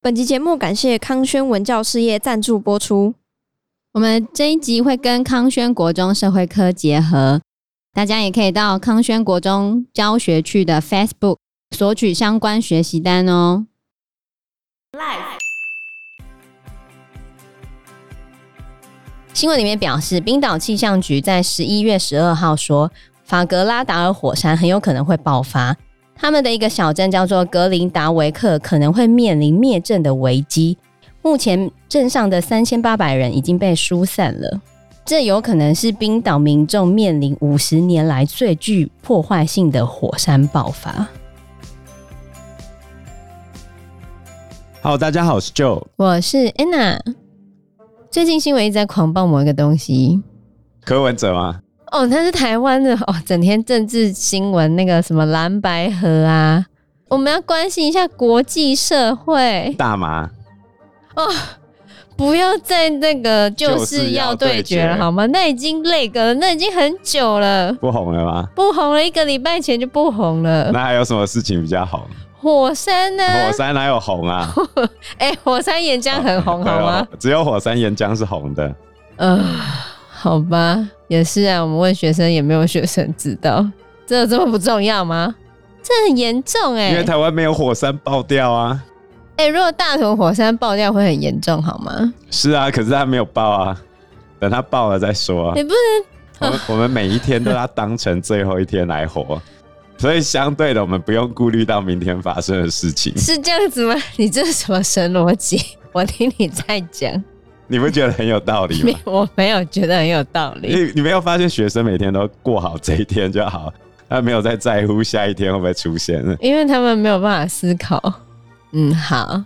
本集节目感谢康轩文教事业赞助播出。我们这一集会跟康轩国中社会科结合，大家也可以到康轩国中教学区的 Facebook 索取相关学习单哦。新闻里面表示，冰岛气象局在十一月十二号说，法格拉达尔火山很有可能会爆发，他们的一个小镇叫做格林达维克可能会面临灭镇的危机。目前镇上的三千八百人已经被疏散了，这有可能是冰岛民众面临五十年来最具破坏性的火山爆发。 Hello，大家好，我是 Joe。我是 Anna，最近新闻一直在狂爆某一个东西，柯文哲吗？哦，那是台湾的哦，整天政治新闻那个什么蓝白河啊，我们要关心一下国际社会，大麻不要再那个就就是是要要对决了对决好吗？那已经累个了，那已经很久了，不红了吗？不红了一个礼拜前就不红了。那还有什么事情比较红？火山呢、火山哪有红啊？哎、火山岩浆嗯 很 红好吗？只有火山岩浆是红的。呃，好吧，也是啊。我们问学生也没有学生知道，这有这么不重要吗？这很严重哎、因为台湾没有火山爆掉啊。哎、如果大屯火山爆掉会很严重，好吗？是啊，可是它没有爆啊，等它爆了再说啊你。不能我 们我们每一天都要当成最后一天来活，所以相对的，我们不用顾虑到明天发生的事 情。是这样子吗？你这是什么神逻辑？我听你在讲，你不觉得很有道理没吗？ 我没有觉得很有道理。你你没有发现学生每天都过好这一天就好，他没有在在乎下一天会不会出现呢？因为他们没有办法思考。嗯，好，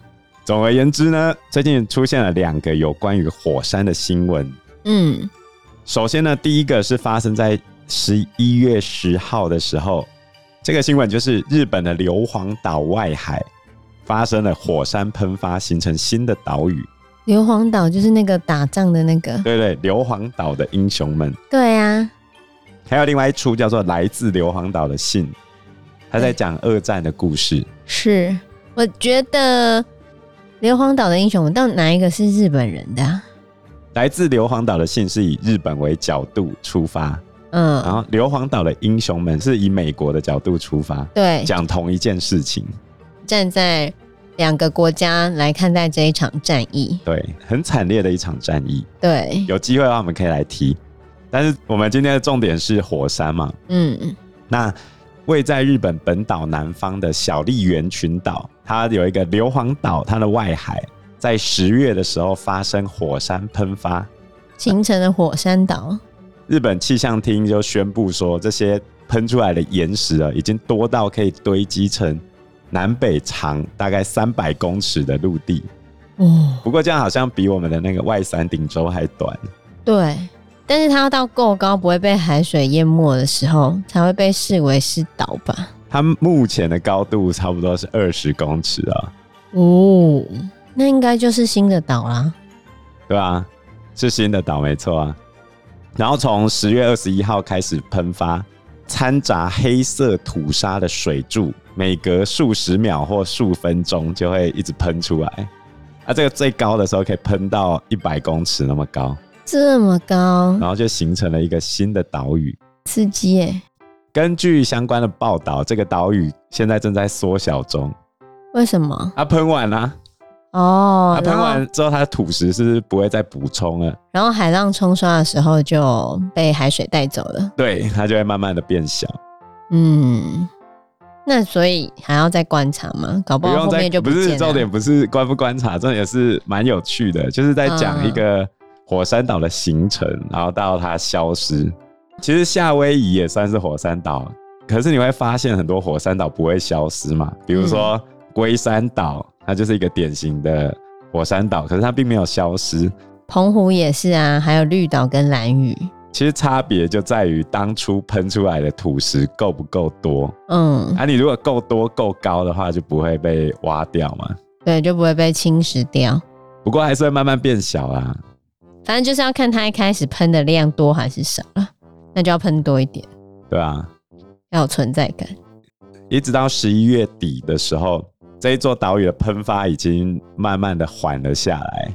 总而言之呢，最近出现了两个有关于火山的新闻。嗯，首先呢，第一个是发生在十一月十号的时候，这个新闻就是日本的硫磺岛外海发生了火山喷发，形成新的岛屿。硫磺岛就是那个打仗的那个，对对，硫磺岛的英雄们。对啊，还有另外一出叫做《来自硫磺岛的信》，他在讲二战的故事。是，我觉得硫磺岛的英雄，到底哪一个是日本人的啊、来自硫磺岛的信是以日本为角度出发，然嗯，后硫磺岛的英雄们是以美国的角度出发，对，讲同一件事情。站在两个国家来看待这一场战役。对，很惨烈的一场战役。对，有机会的话，我们可以来提。但是我们今天的重点是火山嘛？嗯，那位在日本本岛南方的小笠原群岛，它有一个硫磺岛，它的外海在十月的时候发生火山喷发，形成了火山岛。日本气象厅就宣布说，这些喷出来的岩石啊，已经多到可以堆积成南北长大概三百公尺的陆地。哦，不过这样好像比我们的那个外山顶洲还短。对，但是它要到够高，不会被海水淹没的时候，才会被视为是岛吧？它目前的高度差不多是二十公尺啊，哦，那应该就是新的岛啦。对吧、是新的岛没错啊。然后从十月二十一号开始喷发掺杂黑色土沙的水柱，每隔数十秒或数分钟就会一直喷出来。啊，这个最高的时候可以喷到一百公尺那么高，这么高，然后就形成了一个新的岛屿。刺激耶！根据相关的报道，这个岛屿现在正在缩小中。为什么？啊，喷完啦、哦啊，，喷然后完之后它的土石是不是不会再补充了？然后海浪冲刷的时候就被海水带走了。对，它就会慢慢的变小。嗯，那所以还要再观察吗？搞不不好用后再面就不见了。是重点，不是观不观察，重点是蛮有趣的，就是在嗯讲一个火山岛的形成，然后到它消失。其实夏威夷也算是火山岛，啊可是你会发现很多火山岛不会消失嘛，比如嗯说龟山岛，它就是一个典型的火山岛，可是它并没有消失。澎湖也是啊，还有绿岛跟蓝屿。其实差别就在于当初喷出来的土石够不够多，嗯， 啊，你如果够多够高的话，就不会被挖掉嘛。对，就不会被侵蚀掉。不过还是会慢慢变小啦。反正就是要看它一开始喷的量多还是少了，那就要喷多一点，对啊，要有存在感。一直到十一月底的时候，这一座岛屿的喷发已经慢慢的缓了下来，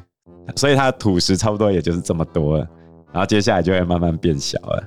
所以它的土石差不多也就是这么多了，然后接下来就会慢慢变小了。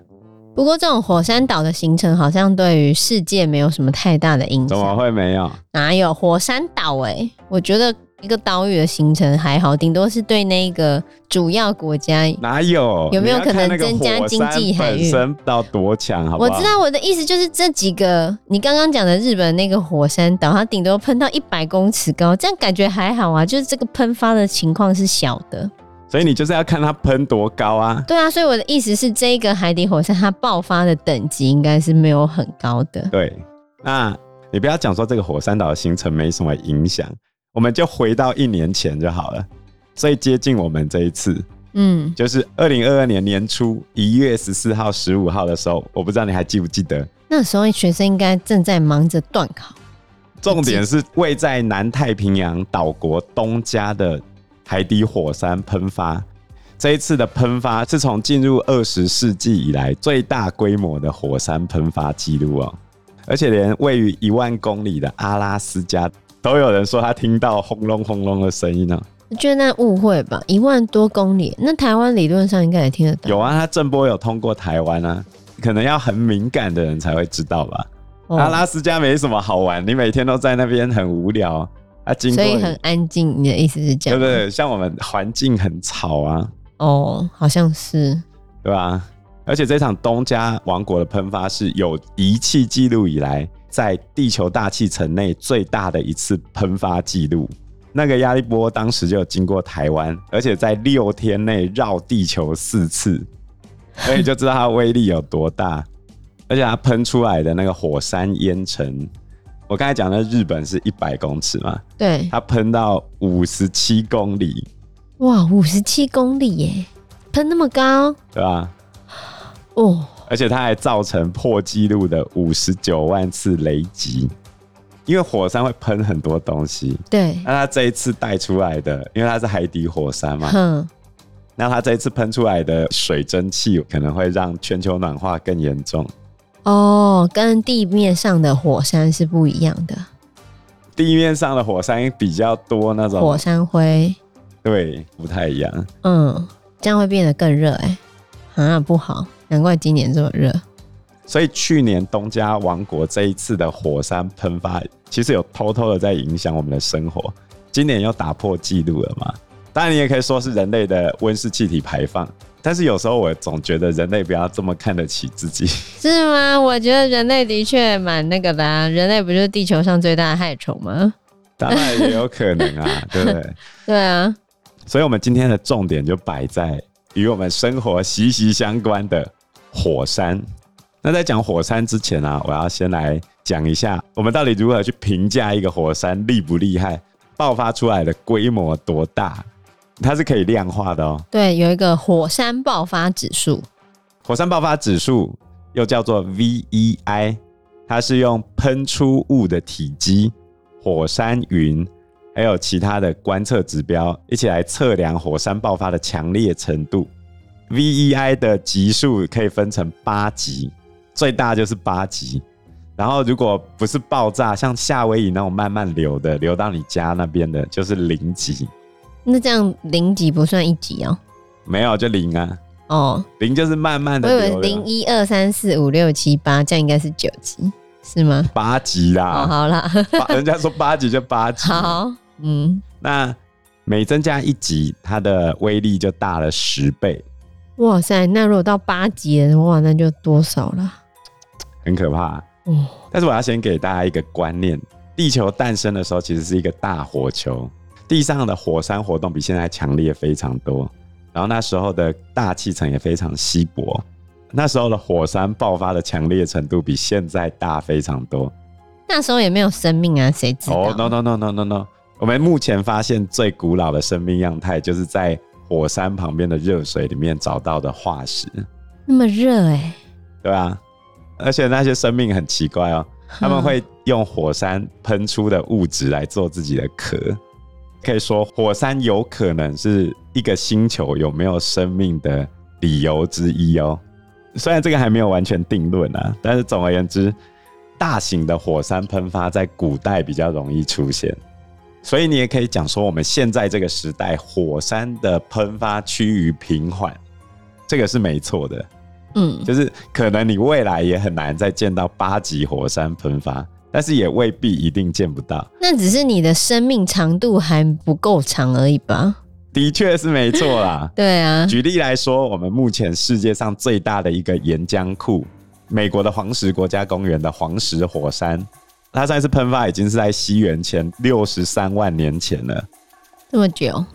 不过这种火山岛的形成好像对于世界没有什么太大的影怎么响。会没有？哪有火山岛、欸？哎，我觉得一个岛屿的形成还好，顶多是对那个主要国家。哪有？有没有你要看可能那个增加火经济山海本域身到多强，好不我好？知道我的意思就是这几个，你刚刚讲的日本那个火山岛，它顶多喷到一百公尺高，这样感觉还好啊，就是这个喷发的情况是小的。所以你就是要看它喷多高啊。对啊，所以我的意思是，这一个海底火山它爆发的等级应该是没有很高的。对，那你不要讲说这个火山岛的形成没什么影响，我们就回到一年前就好了。最接近我们这一次，嗯，就是二零二二年年初一月十四号、十五号的时候，我不知道你还记不记得？那时候学生应该正在忙着断考。重点是位在南太平洋岛国东加的海底火山喷发。这一次的喷发是从进入二十世纪以来最大规模的火山喷发记录哦，而且连位于一万公里的阿拉斯加都有人说他听到轰隆轰隆的声音呢、我觉得那误会吧，一万多公里，那台湾理论上应该也听得到。有啊，它震波有通过台湾啊，可能要很敏感的人才会知道吧。哦阿拉斯加没什么好玩，你每天都在那边很无聊啊，经所过以很安静。你的意思是这对样？不对？像我们环境很吵啊，哦，好像是。对吧、而且这场东加王国的喷发是有仪器记录以来在地球大气层内最大的一次喷发记录。那个压力波当时就有经过台湾，而且在六天内绕地球四次，所以就知道它威力有多大。而且它喷出来的那个火山烟尘，我刚才讲的日本是一百公尺嘛，对，它喷到五十七公里，哇，五十七公里耶，喷那么高对吧、哦，而且它还造成破纪录的五十九万次雷击，因为火山会喷很多东西。对，那它这一次带出来的，因为它是海底火 山嘛，哼，那它这一次喷出来的水蒸气可能会让全球暖化更严重。哦，跟地面上的火山是不一样的，地面上的火山比较多那火种，山灰，对，不太一样。嗯，这样会变得更热哎，啊，不好，难怪今年这么热，所以去年东加王国这一次的火山喷发，其实有偷偷的在影响我们的生活。今年又打破纪录了嘛？当然，你也可以说是人类的温室气体排放。但是有时候我总觉得人类不要这么看得起自己。 是吗？我觉得人类的确蛮那个的、啊，人类不就是地球上最大的害虫吗？当然也有可能啊，对不对？对啊，所以，我们今天的重点就摆在与我们生活息息相关的火山。那在讲火山之前啊，我要先来讲一下，我们到底如何去评价一个火山厉不厉害，爆发出来的规模多大，它是可以量化的哦。对，有一个火山爆发指数，火山爆发指数又叫做 VEI，它是用喷出物的体积、火山云还有其他的观测指标一起来测量火山爆发的强烈程度。VEI 的级数可以分成八级，最大就是八级。然后如果不是爆炸，像夏威夷那种慢慢流的，流到你家那边的，就是零级，那这样零级不算一级哦，没有就零啊，哦，零就是慢慢我的以流为的零一二三四五六七八，这样应该是九级，是吗？八级啦。哦，好啦， 八，人家说八级就八级，好，嗯，那每增加一级，它的威力就大了十倍，哇塞，那如果到八级了，哇，那就多少了？很可怕。哦，但是我要先给大家一个观念：地球诞生的时候其实是一个大火球，地上的火山活动比现在强烈非常多，然后那时候的大气层也非常稀薄。那时候的火山爆发的强烈程度比现在大非常多。那时候也没有生命啊，谁知道？哦、n o no no no no no，我们目前发现最古老的生命样态就是在火山旁边的热水里面找到的化石，那么热哎、对啊，而且那些生命很奇怪哦，他们嗯会用火山喷出的物质来做自己的壳。可以说，火山有可能是一个星球有没有生命的理由之一哦。虽然这个还没有完全定论啊，但是总而言之，大型的火山喷发在古代比较容易出现，所以你也可以讲说，我们现在这个时代火山的喷发趋于平缓，这个是没错的。嗯，就是可能你未来也很难再见到八级火山喷发，但是也未必一定见不到。那只是你的生命长度还不够长而已吧？。的确是没错啦对啊，举例来说，我们目前世界上最大的一个岩浆库——美国的黄石国家公园的黄石火山，它上一次喷发已经是在西元前六十三万年前了。这么久？啊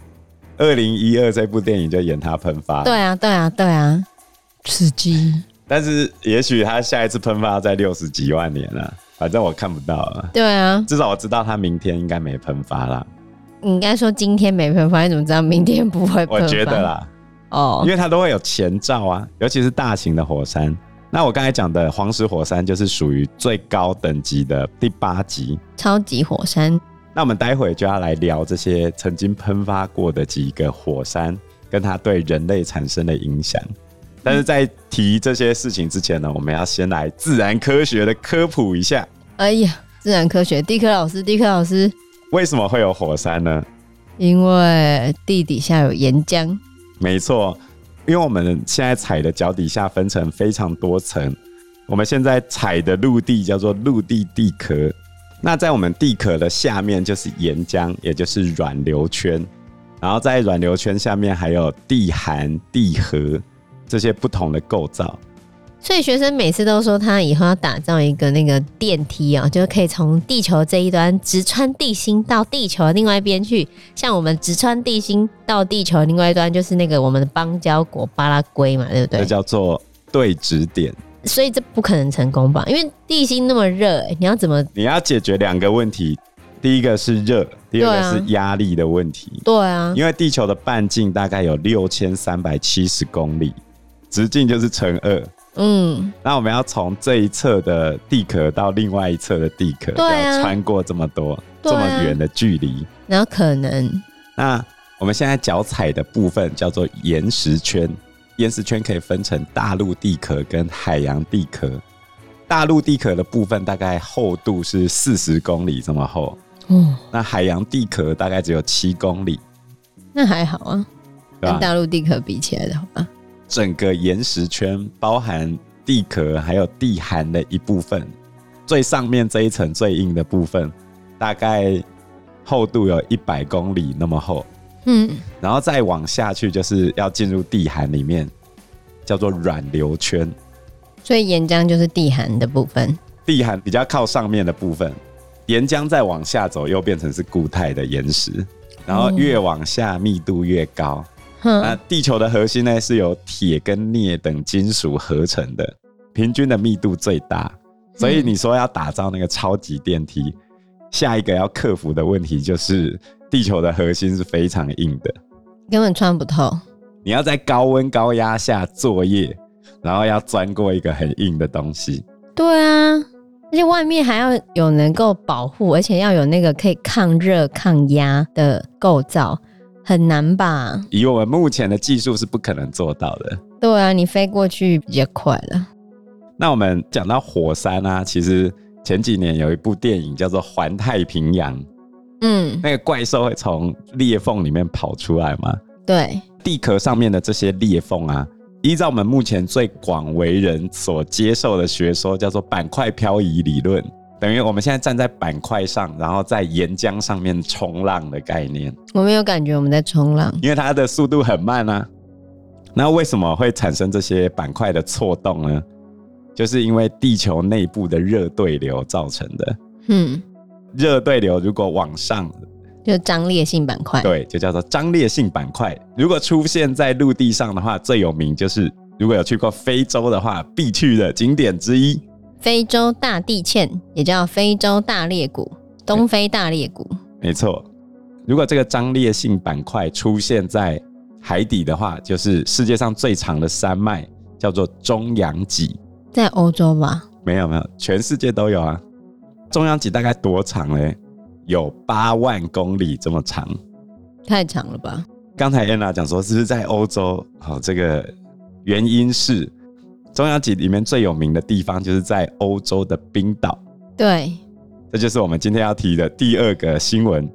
二零一二这部电影就演它喷发，对啊，对啊，对啊，刺激。但是也许它下一次喷发在六十几万年了，反正我看不到了。对啊，至少我知道它明天应该没喷发啦，你应该说今天没喷发，你怎么知道明天不会我喷发？觉得啦，哦因，为它都会有前兆啊，尤其是大型的火山。那我刚才讲的黄石火山就是属于最高等级的第八级。超级火山，那我们待会就要来聊这些曾经喷发过的几个火山，跟它对人类产生的影响。但是在提这些事情之前呢，我们要先来自然科学的科普一下，哎呀，自然科学，地科老师，地科老师，为什么会有火山呢？因为地底下有岩浆，没错，因为我们现在踩的脚底下分成非常多层，我们现在踩的陆地叫做陆地地壳，那在我们地壳的下面就是岩浆，也就是软流圈，然后在软流圈下面还有地函、地核这些不同的构造。所以学生每次都说他以后要打造一个那个电梯啊、就是可以从地球这一端直穿地心到地球的另外一边去。像我们直穿地心到地球的另外一端，就是那个我们的邦交国巴拉圭嘛，对不这对？叫做对指点。所以这不可能成功吧？因为地心那么热、欸你要怎么？你要解决两个问题，第一个是热，第对二个啊是压力的问题。对啊，因为地球的半径大概有六千三百七十公里，直径就是乘二。嗯，那我们要从这一侧的地壳到另外一侧的地壳，对啊要穿过这么多、对这啊么远的距离。然后可能那我们现在脚踩的部分叫做岩石圈，岩石圈可以分成大陆地壳跟海洋地壳。大陆地壳的部分大概厚度是四十公里这么厚，哦，那海洋地壳大概只有七公里，那还好啊，对吧跟？大陆地壳比起来的话，整个岩石圈包含地壳还有地函的一部分，最上面这一层最硬的部分，大概厚度有一百公里那么厚，嗯，然后再往下去就是要进入地函里面，叫做软流圈。所以岩浆就是地寒的部分，地函比较靠上面的部分，岩浆再往下走又变成是固态的岩石，然后越往下密度越高。那哼，地球的核心呢是由铁跟镍等金属合成的，平均的密度最大。所以你说要打造那个超级电梯，下一个要克服的问题就是地球的核心是非常硬的，根本穿不透。你要在高温高压下作业，然后要钻过一个很硬的东西。对啊，而且外面还要有能够保护，而且要有那个可以抗热、抗压的构造，很难吧？以我们目前的技术是不可能做到的。对啊，你飞过去比较快了。那我们讲到火山啊，其实前几年有一部电影叫做《环太平洋》，嗯， 那个怪兽会从裂缝里面跑出来嘛？对，地壳上面的这些裂缝啊，依照我们目前最广为人所接受的学说，叫做板块漂移理论，等于我们现在站在板块上，然后在岩浆上面冲浪的概念，我没有感觉我们在冲浪。因为它的速度很慢啊。那为什么会产生这些板块的错动呢？就是因为地球内部的热对流造成的。嗯，热对流如果往上就张裂性板块。对，就叫做张裂性板块。如果出现在陆地上的话，最有名就是如果有去过非洲的话，必去的景点之一。非洲大地堑也叫非洲大裂谷、东非大裂谷。没错，如果这个张裂性板块出现在海底的话，就是世界上最长的山脉，叫做中央脊。在欧洲吧，没有没有，全世界都有啊。中央脊大概多长嘞？有八万公里这么长。太长了吧？刚才 Anna 讲说，是不是在欧洲？好、这个原因是中央脊里面最有名的地方就是在欧洲的冰岛，对，这就是我们今天要提的第二个新闻：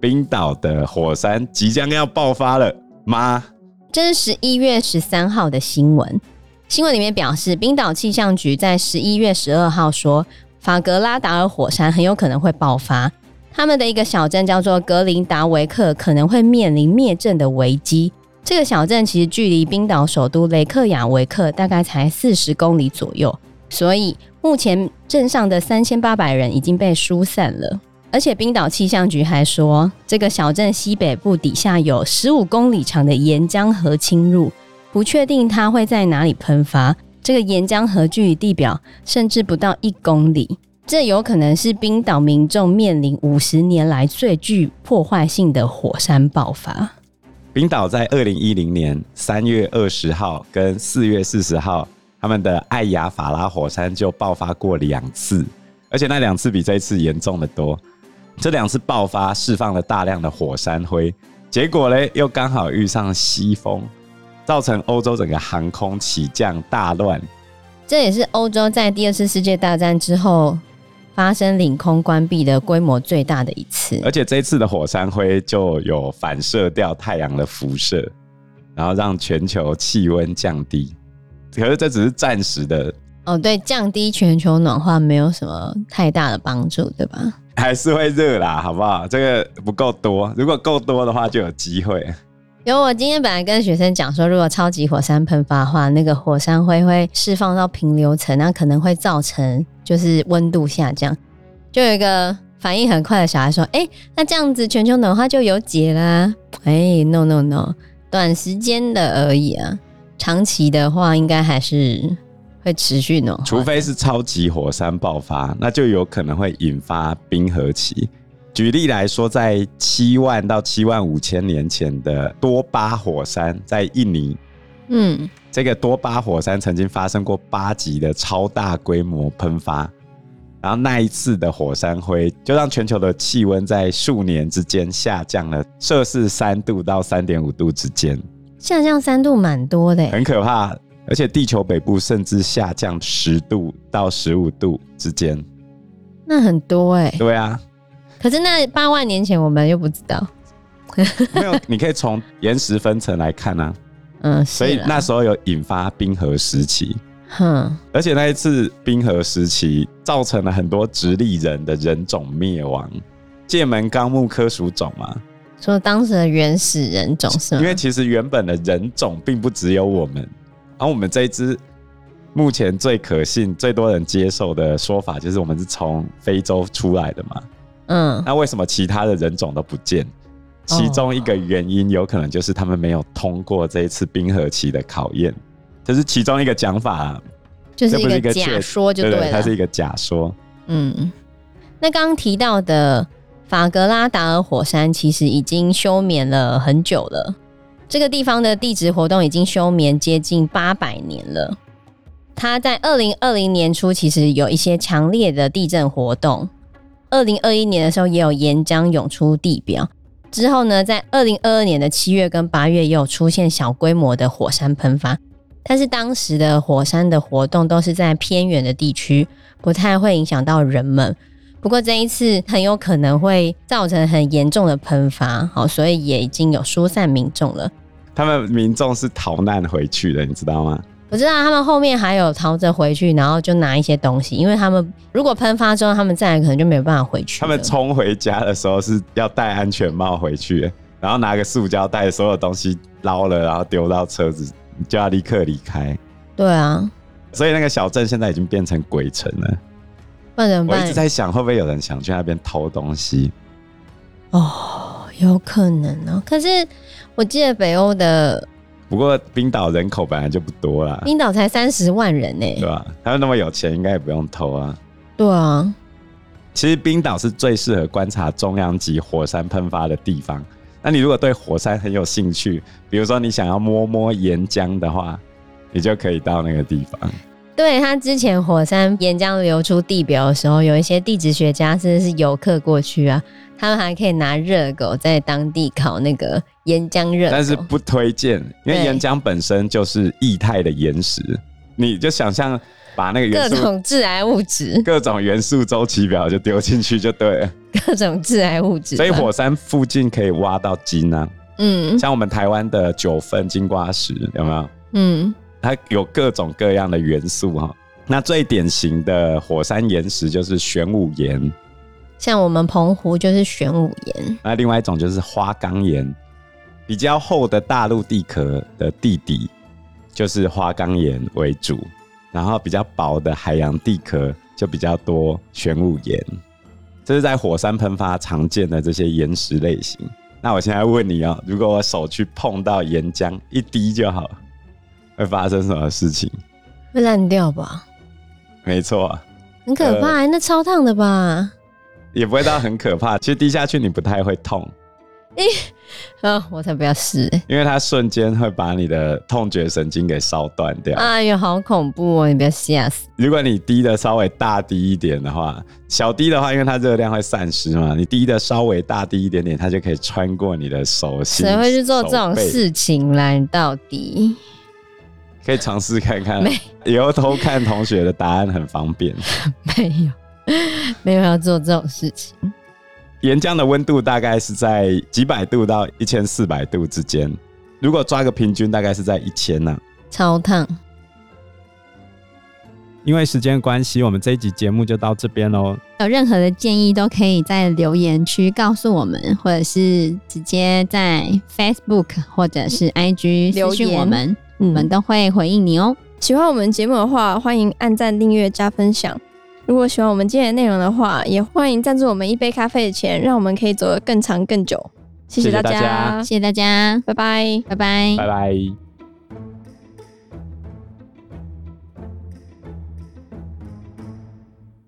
冰岛的火山即将要爆发了吗？这是十一月十三号的新闻。新闻里面表示，冰岛气象局在十一月十二号说，法格拉达尔火山很有可能会爆发，他们的一个小镇叫做格林达维克可能会面临灭镇的危机。这个小镇其实距离冰岛首都雷克雅维克大概才四十公里左右，所以目前镇上的三千八百人已经被疏散了。而且冰岛气象局还说，这个小镇西北部底下有十五公里长的岩浆河侵入，不确定它会在哪里喷发。这个岩浆河距离地表甚至不到一公里，这有可能是冰岛民众面临五十年来最具破坏性的火山爆发。冰岛在二零一零年三月二十号跟四月四十号，他们的艾雅法拉火山就爆发过两次，而且那两次比这一次严重的多。这两次爆发释放了大量的火山灰，结果嘞又刚好遇上西风，造成欧洲整个航空起降大乱。这也是欧洲在第二次世界大战之后发生领空关闭的规模最大的一次。而且这一次的火山灰就有反射掉太阳的辐射，然后让全球气温降低。可是这只是暂时的，哦，对，降低全球暖化没有什么太大的帮助，对吧？还是会热啦，好不好？这个不够多，如果够多的话就有机会。有，我今天本来跟学生讲说，如果超级火山喷发的话，那个火山灰会释放到平流层，那可能会造成就是温度下降。就有一个反应很快的小孩说：“哎、那这样子全球暖化就有解啦？”哎、n o no no，短时间的而已啊，长期的话应该还是会持续暖化。除非是超级火山爆发，那就有可能会引发冰河期。举例来说，在七万到七万五千年前的多巴火山，在印尼，嗯，这个多巴火山曾经发生过八级的超大规模喷发，然后那一次的火山灰就让全球的气温在数年之间下降了摄氏三度到三点五度之间，下降三度蛮多的欸、很可怕。而且地球北部甚至下降十度到十五度之间。那很多哎、对啊，可是那八万年前我们又不知道，没有，你可以从岩石分层来看啊。嗯，所以是啦那时候有引发冰河时期，哼，而且那一次冰河时期造成了很多直立人的人种灭亡，界门纲目科属种嘛。说当时的原始人种是吗？因为其实原本的人种并不只有我们，而我们这一支目前最可信、最多人接受的说法就是我们是从非洲出来的嘛。嗯， 那为什么其他的人种都不见？其中一个原因有可能就是他们没有通过这一次冰河期的考验，这是其中一个讲法啊、就是一这不是一个个假确说就对对它了。是一个假说。嗯，那刚刚提到的法格拉达尔火山其实已经休眠了很久了，这个地方的地质活动已经休眠接近八百年了。它在二零二零年初其实有一些强烈的地震活动，二零二一年的时候也有岩浆涌出地表。之后呢，在二零二二年的七月跟八月也有出现小规模的火山喷发，但是当时的火山的活动都是在偏远的地区，不太会影响到人们。不过这一次很有可能会造成很严重的喷发，好，所以也已经有疏散民众了。他们民众是逃难回去的，你知道吗？我知道他们后面还有逃着回去，然后就拿一些东西，因为他们如果喷发之后，他们再来可能就没有办法回去他了。们冲回家的时候是要戴安全帽回去，然后拿个塑胶袋，所有东西捞了，然后丢到车子，就要立刻离开。对啊，所以那个小镇现在已经变成鬼城了。不然怎么我一直办？在想，会不会有人想去那边偷东西？哦，有可能哦。可是我记得北欧的不过冰岛人口本来就不多啦，冰岛才三十万人呢、啊对吧、啊他们那么有钱，应该也不用偷啊。对啊，其实冰岛是最适合观察中央级火山喷发的地方。那你如果对火山很有兴趣，比如说你想要摸摸岩浆的话，你就可以到那个地方。对他之前火山岩浆流出地表的时候，有一些地质学家甚至是游客过去啊，他们还可以拿热狗在当地烤那个岩浆热狗。但是不推荐，因为对岩浆本身就是液态的岩石，你就想象把那个元各素种致癌物质， 各种元素周期表就丢进去就对了。各种致癌物质吧。所以火山附近可以挖到金啊，嗯像我们台湾的九份金瓜石有没有？嗯它有各种各样的元素哈、那最典型的火山岩石就是玄武岩，像我们澎湖就是玄武岩，那另外一种就是花岗岩，比较厚的大陆地壳的地底就是花岗岩为主，然后比较薄的海洋地壳就比较多玄武岩。这是在火山喷发常见的这些岩石类型。那我现在问你哦，如果我手去碰到岩浆一滴就好，会发生什么事情？会烂掉吧？没错啊，很可怕、那超烫的吧？也不会到很可怕。其实滴下去你不太会痛，啊，我才不要试、欸！因为它瞬间会把你的痛觉神经给烧断掉。哎呦，好恐怖哦！你不要吓死。如果你滴的稍微大滴一点的话，小滴的话，因为它热量会散失嘛，你滴的稍微大滴一点点，它就可以穿过你的手心。谁会去做这种手背？事情啦？你到底可以尝试看看没，以后偷看同学的答案很方便。没 有没有要做这种事情？岩浆的温度大概是在几百度到一千四百度之间，如果抓个平均，大概是在一千呢。超烫，因为时间关系，我们这一集节目就到这边喽。有任何的建议都可以在留言区告诉我们，或者是直接在 Facebook 或者是 IG 留私讯言我们，嗯我们都会回应你哦。喜欢我们节目的话，欢迎按赞、订阅、加分享。如果喜欢我们今天的内容的话，也欢迎赞助我们一杯咖啡的钱，让我们可以走得更长更久。谢谢谢大大家谢谢大家，拜拜。拜拜拜拜。